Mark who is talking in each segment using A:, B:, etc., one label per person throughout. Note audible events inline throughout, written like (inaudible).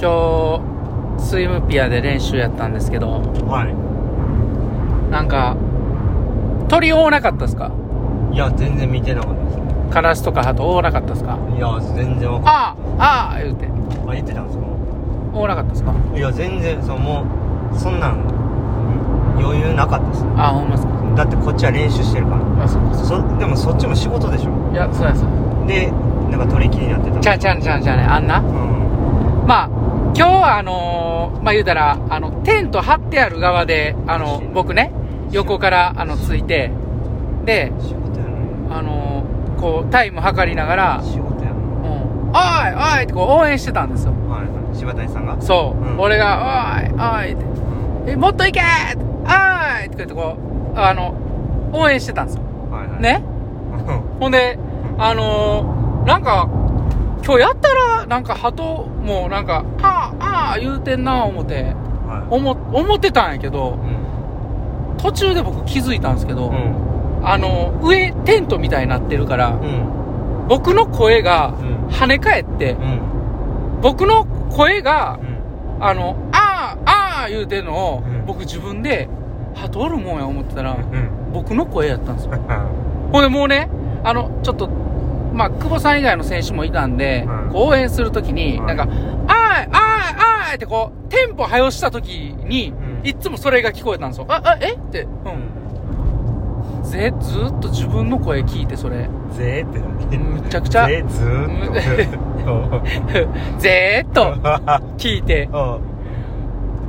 A: 今日スイムピアで練習やったんですけど
B: は
A: なんか鳥多なかったですか
B: いいや全然見てなかったですね
A: カラスとかハト多なかったですか
B: いや全然わか
A: ああああ言うて
B: んあ言ってたんですか
A: 多なかったですか
B: いや全然そのもうそんなん余裕なかったですね
A: ああほんまですか
B: だってこっちは練習してるから
A: あそう
B: そでもそっちも仕事でしょ
A: いやそうです
B: でなんか取り切りになってた
A: ちゃうちゃうちゃうちゃうねあんな
B: うん
A: まあ今日はあのーまあ言うたらあのテント張ってある側であの僕ね横からあのついてで
B: 仕事やの
A: あのーこうタイム測りながら
B: に仕事や
A: 「
B: の
A: う
B: に
A: ん、おいおい!」ってこう応援してたんですよ
B: はいはい柴谷さんが
A: そう、
B: うん
A: 俺が「おいおい!」って「えもっと行け!」おい!」って言ってこうあの応援してたんですよ
B: はいはい
A: ね
B: うん
A: ほんであのーなんか今日やったらなんか鳩もなんか「ああああ」言うてんな思って
B: はい
A: 思思ってたんやけど途中で僕気づいたんですけど、
B: うん
A: あの上テントみたいになってるから
B: うんうん
A: 僕の声が
B: うん
A: 跳ね返って
B: うん
A: 僕の声が
B: うん
A: あの、あー、あー言うてんのを、
B: うん
A: 僕自分で、ハトおるもんや思ってたら、
B: うん
A: 僕の声やったんですよ。ほんでもうね、あの、ちょっと、まあ、久保さん以外の選手もいたんで、
B: うん
A: こう応援するときに、
B: うん
A: なんか、あーい、あーい、あーいってこう、テンポ早押したときに、
B: うん
A: いっつもそれが聞こえたんですよ。あ、あ、えって、うん。ぜ、ずーっと自分の声聞いて、それ。 (laughs)
B: ぜーって何
A: むちゃくちゃ
B: ぜーずーっ
A: ぜーっと
B: と
A: 聞いて、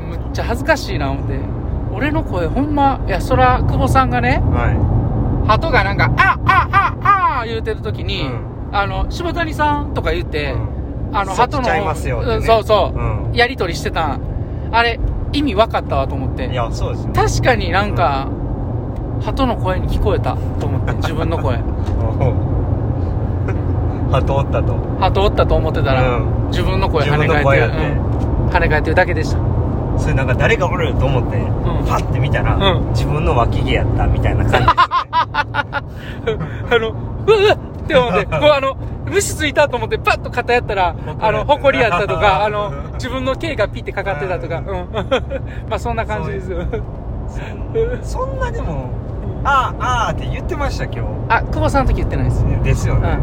A: むっちゃ恥ずかしいな思って。俺の声ほんま、いや、そら、久保さんがね、
B: は
A: 鳩がなんか、ああああ言うてるときに、
B: う
A: あの、柴谷さんとか言っ
B: い
A: て、
B: うん
A: あの、
B: そっ
A: 鳩
B: ち
A: の、
B: ちゃいますよってね
A: うんそうそう、
B: う
A: やりとりしてたん。あれ、意味わかったわと思っ
B: んい
A: て。
B: やそうですよ
A: 確かになんか、鳩の声に聞こえたと思って、自分の
B: (laughs)
A: 声。
B: はとおったと
A: 鳩おったと思ってたら、
B: うん
A: 自分の声跳
B: 自
A: ね
B: 分の
A: 返
B: 声や
A: っ
B: ってて
A: る、うん跳ね返ってるだけでした。
B: それなんか誰がおると思ってパッて見たら
A: うん
B: 自分の脇毛やったみたいな感
A: (laughs) あの、うわうわって思って、こうあの、虫ついたと思ってパッと肩やったら、あの、ほこりやったとか、あの、自分の毛がピッてかかってたとか、うん。 (laughs) まあそんな感じですよ。
B: じですよねそんなでもああああって言ってました今
A: あ、久保さんの時言ってないです。
B: 日ですよ
A: うん。
B: ね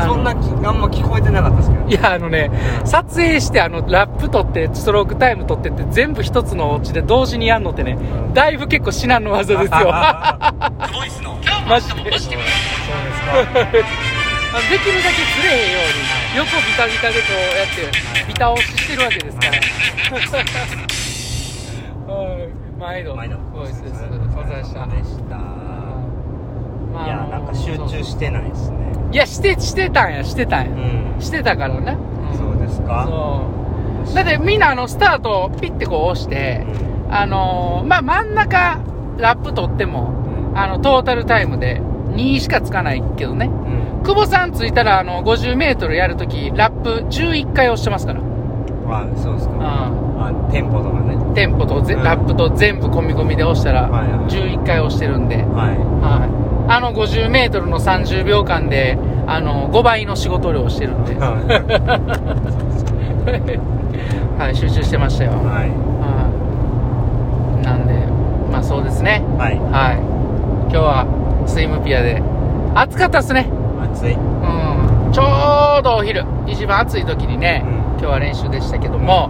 A: あの
B: そんなきあんま聞こえてなかったですけど
A: いや、あのね、撮影して、あの、ラップ撮って、ストロークタイム撮ってって、全部一つのお家で同時にやんのってね、
B: うん
A: だいぶ結構至難の技 (laughs) ですよ。
B: ボイスの
A: マジで。でき
B: そ
A: る
B: うです
A: だ
B: か
A: けずれへんように、横ビタビタでこうやって、ビタ押ししてるわけですから。はい、毎度。
B: 毎度
A: ボイスです。お
B: お
A: 疲
B: 疲
A: れ
B: れ
A: 様
B: 様
A: で
B: で
A: し
B: し
A: た。
B: たいやなんか集中
A: し
B: してないですね
A: いや、して、してたんや、してたんや。
B: うん
A: してたからね。
B: そう
A: で
B: ですか
A: そう。だってみんなあの、スタートをピッてこう押して、あのーまあ、真ん中、ラップ取っても、あの、トータルタイムで2しかつかないけどね。
B: うん
A: 久保さんついたら、あの、50メートルやるとき、ラップ11回押してますから。
B: あそうですか
A: う
B: あテンポとかね
A: ん。テンポとぜ、
B: うん
A: ラップと全部込み込みで押したら、
B: はいはい
A: 11回押してるんで、
B: は
A: はい。あの50メートルの30秒間で、あの、5倍の仕事量をしてるんで (laughs)
B: い、は
A: はい、集中してましたよ。
B: い
A: は。
B: はい
A: なんで、まあそうですね。
B: いは
A: はい。今日は、スイムピアで、暑かったっすね。
B: い暑い
A: うんちょうどお昼、一番暑い時にね、
B: うん
A: 今日は練習でしたけども、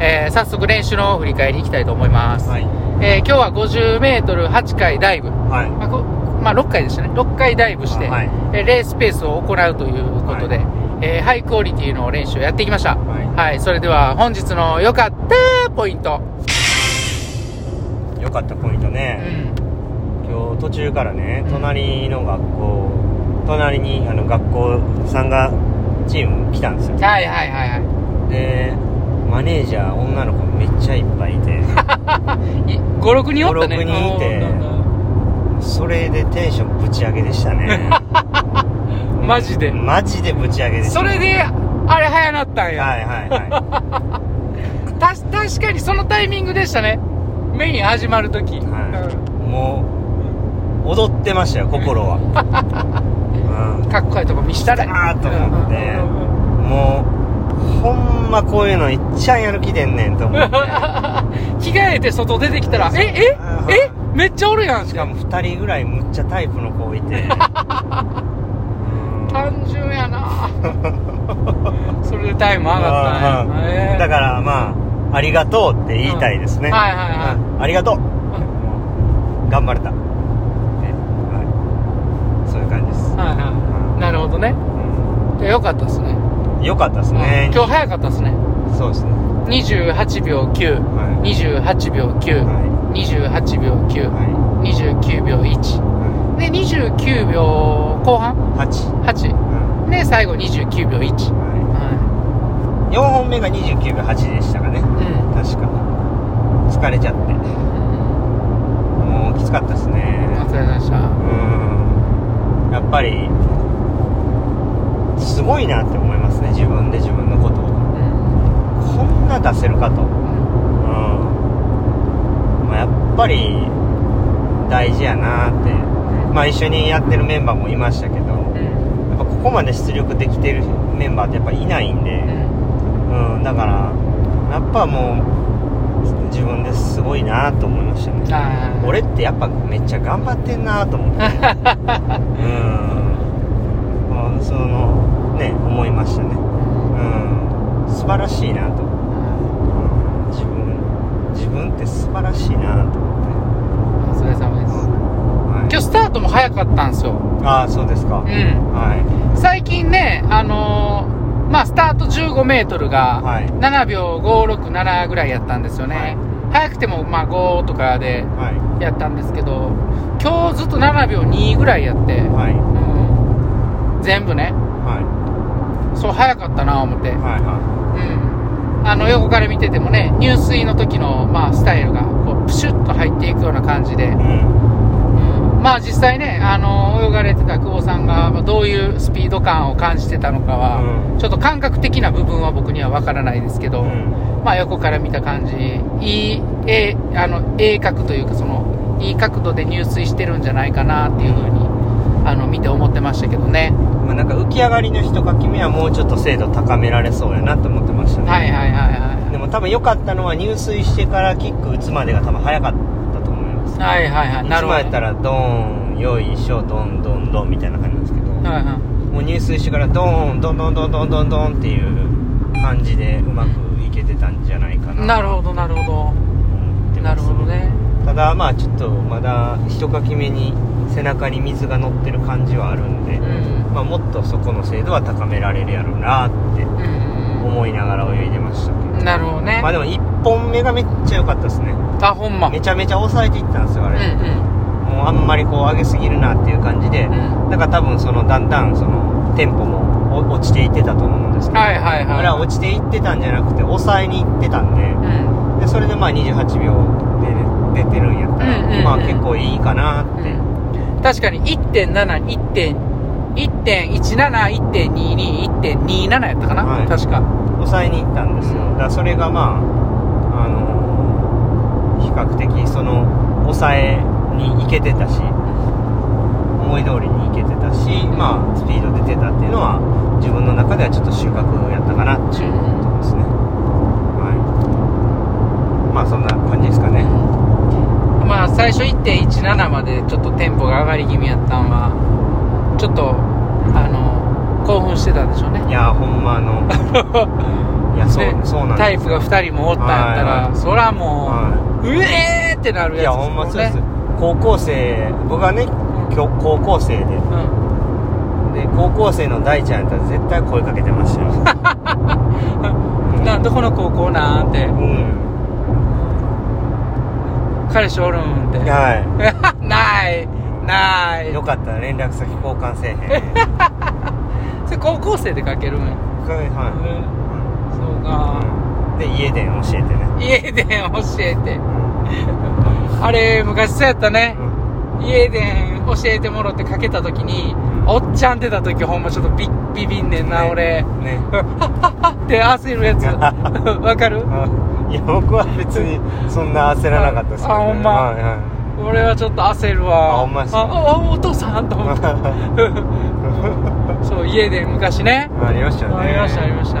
A: えー早速練習の方を振り返りいきたいと思います。
B: はい
A: えー今日は50メートル8回ダイブ、ま
B: はい
A: あこまあ、6回でしたね、6回ダイブして、
B: はい
A: えーレースペースを行うということで、
B: は
A: えーハイクオリティの練習をやってきました。は、
B: はい
A: それでは本日の良かったポイント。
B: い良かったポイント
A: う
B: ね
A: ん、
B: 今日途中からね
A: うん
B: 隣の学校隣にあの学校さんがチーム来たんですよ
A: はいはいはいは
B: でマネージャー女の子めっちゃいっぱいい
A: (laughs)
B: て
A: い。い5、6人おったね。
B: 5 6人いてそれでテンションぶち上げでし
A: (laughs)
B: たね
A: マジで。
B: マジでぶち上げでした
A: それで、あれ早なったんや。
B: はいはいは
A: た確かにそのタイミングでしたねメイン始まるとき、
B: い、はい、もう踊ってましたよ心
A: (laughs)
B: は、
A: うんかっこいいとこ見したら
B: あーと思って
A: うん
B: うん、もうほんまこういうのいっちゃんやる気出んねんと
A: (laughs)
B: 思って
A: 着替えて外出てきたら、え、え、え、めっちゃおるやんっ
B: してかも2人ぐらいむっちゃタイプの
A: (laughs)
B: 子いて
A: 単純や
B: (laughs)
A: なそれでタイム上がったんや、えー
B: だからまあありがとうって言いたいですね、
A: うんはいはいはい
B: うんありがとう頑張れた、ねはい、そういう感じです、
A: はいはいなるほどねいやよかったっすね
B: うんよかったですね
A: うん、今日早かったっすね
B: そうですね
A: 28秒928
B: はい
A: 秒928
B: は
A: 秒929秒
B: いは
A: 1で29秒後半
B: い8
A: 8
B: うん
A: で最後29秒1
B: は
A: はい
B: 4本目が29秒8でしたかね
A: いうん
B: 確か疲れちゃって
A: うん
B: もうきつかったですね
A: お疲れ様でした
B: うんやっぱりすごいなって思いますね自分で自分のことを
A: うん
B: こんな出せるかと、うんまあ、やっぱり大事やなってまあ一緒にやってるメンバーもいましたけど
A: うんうん
B: やっぱここまで出力できてるメンバーってやっぱいないんで、うん、だからやっぱもう自分ですごいなと思いましたね
A: あー
B: 俺ってやっぱめっちゃ頑張ってんなと思
A: (laughs)
B: ってうんあそのね思いましたねうん素晴らしいなと、うん自分自分って素晴らしいなと思って、
A: お疲れ様です
B: はい、
A: 今日スタートも早かったんですよ
B: ああそうですか、
A: うん
B: は
A: 最近ねあのーまあスタート 15m
B: い
A: が
B: はい
A: 7秒567ぐらいやったんですよね、
B: はい
A: 早くてもまあ5とかで
B: は
A: やったんですけど今日ずっと7秒2ぐらいやって、
B: いはい
A: うん全部ね
B: はい
A: そう早かったな思って、
B: はいは
A: うんあの横から見ててもね入水の時のまあスタイルがこうプシュッと入っていくような感じで
B: いうん
A: まあ実際ね、あの泳がれてた久保さんがまあどういうスピード感を感じてたのかは、
B: うん
A: ちょっと感覚的な部分は僕には分からないですけど、
B: うん
A: まあ横から見た感じ、いい、えあの、鋭角というか、その、いい角度で入水してるんじゃないかなっていうふうに、あの、見て思ってましたけどね。
B: まあ、なんか浮き上がりの人かき目はもうちょっと精度高められそうやなと思ってましたね、
A: はいはいはいは
B: でも多分良かったのは入水してからキック打つまでが多分早かったと思います
A: い。はいはいはい。なる
B: 打つ
A: ほど。
B: 前やったらドーンよいしょドンドンドンみたいな感じなんですけど、
A: はいはい。
B: もう入水してからドーンドンドンドンドンドンドンっていう感じでうまくいけてたんじゃないかな
A: なるほどなるほ
B: と思って
A: ど。な
B: ま
A: る
B: す
A: ほどね。
B: ただまあちょっとまだひとかき目に背中に水が乗ってる感じはあるんで、
A: うん。
B: まあ、もっとそこの精度は高められるやろうなって
A: うん。
B: 思いながら泳いでましたけど
A: なるほどね
B: まあ。でも1本目がめっちゃ良かったですね
A: あ、ほんま。
B: めちゃめちゃ抑えていったんですよあ
A: うん
B: れ、もうあんまりこう上げすぎるなっていう感じで
A: うん。う、ん。
B: だから多分そのだんだんそのテンポもお落ちていってたと思うんですけど、
A: はいはいはい。
B: あれは落ちていってたんじゃなくて抑えにいってたんで
A: うん。
B: でそれでまあ28秒で出てるんやったら、
A: うんうんうん
B: まあ結構いいかなって、
A: うん。確かに1.7、1.1.17、1.22、1.27やったかな、
B: はい
A: 確か。
B: 抑えにいったんですよだからそれがまああのー比較的その抑えにいけてたし思い通りにいけてたし、まあ、スピード出てたっていうのは自分の中ではちょっと収穫やったかなっていうとこですね、はい、まあそんな感じですかね
A: まあ最初1.17までちょっとテンポが上がり気味やったんはちょっとあの興奮してたんでしょうね
B: いやーほんまあの
A: (laughs)
B: いやそう
A: ね
B: そうなん
A: タ
B: で
A: イ
B: す
A: プが2人もおったんやった
B: はいは
A: ら
B: い
A: そらも
B: は
A: ううえーってなる
B: い、い
A: や
B: や
A: つ
B: ほんまそうです
A: もん
B: 高校生僕はねきょ高校生で
A: うん
B: で高校生の大ちゃんやったら絶対声かけてましたよ
A: うん (laughs) などこの高校なんて
B: うん
A: 彼氏おるんって
B: は
A: (laughs) ないない
B: いよかったら連絡先交
A: (laughs)
B: 換せえへんはい
A: それ高校生で書けるんや、
B: は
A: う
B: いうん
A: んそうか
B: で家で教えてね
A: 家電教えてあれ昔そうやったね、家電教えてもろってかけた時におっちゃん出た時ほんまちょっとビビビんねんな、
B: ね
A: 俺
B: ね
A: ハッハッハッって焦るやつ
B: (laughs)
A: わかる
B: あいや僕は別にそんな焦らなかったですけど、ね、
A: あほんま
B: はいは
A: 俺はちょっと焦るわ
B: あほんまっすか
A: ああお父さんと
B: (laughs)
A: 思ったそう家電昔ね
B: いありましたね
A: ありましたありました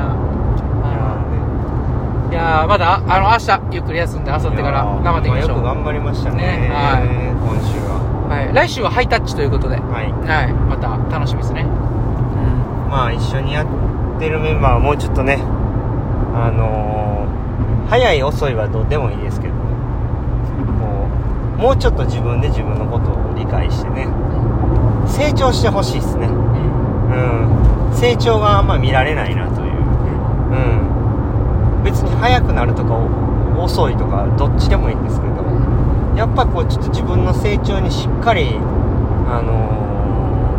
B: い
A: ああ
B: やね
A: ーまだあの明日ゆっくり休んで明後日から頑張っていきましょう
B: やーあよく頑張りましたね
A: ねはい
B: 今週は
A: はい、来週はハイタッチということで、は
B: はい
A: い、また楽しみですね、
B: まあ一緒にやってるメンバーはもうちょっとねあのー早い遅いはどうでもいいですけどこうもうちょっと自分で自分のことを理解してね成長してほしいですねうん成長があんま見られないなといううん別に早くなるとかお遅いとかどっちでもいいんですけどやっぱこうちょっと自分の成長にしっかりあのー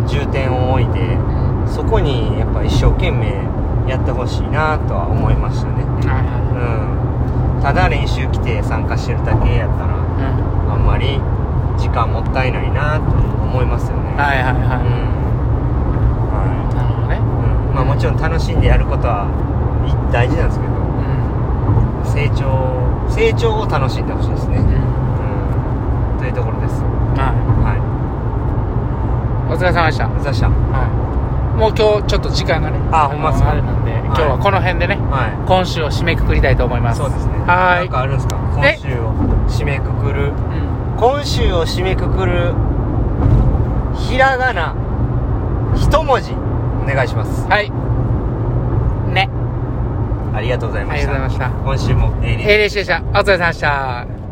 B: 重点を置いてそこにやっぱ一生懸命やってほしいなとは思いましたねうんただ練習来て参加してるだけやったらあんまり時間もったいないなと思いますよね
A: はいはいはい
B: うん
A: は
B: はい
A: いなるほどね
B: うんまあもちろん楽しんでやることはい大事なんですけど成長成長を楽しんでほしいですね、うん、というところです
A: は
B: はい
A: いお疲れ様でした、
B: 武蔵さん
A: はい、もう今日ちょっと時間がね
B: あほんまっすか
A: あれなんで、
B: い
A: 今日はこの辺でね
B: は
A: 今週を締めくくりたいと思いま
B: い
A: す
B: そうですね
A: はー
B: なんかあるんですか今
A: え
B: 週を締めくくる
A: い、うん
B: 今週を締めくくるひらがな一文字お願いします
A: はい。ね。
B: ありがとうございました
A: ありがとうございました
B: 今週もエイリー
A: エイリッシュでした。お疲れ様でした。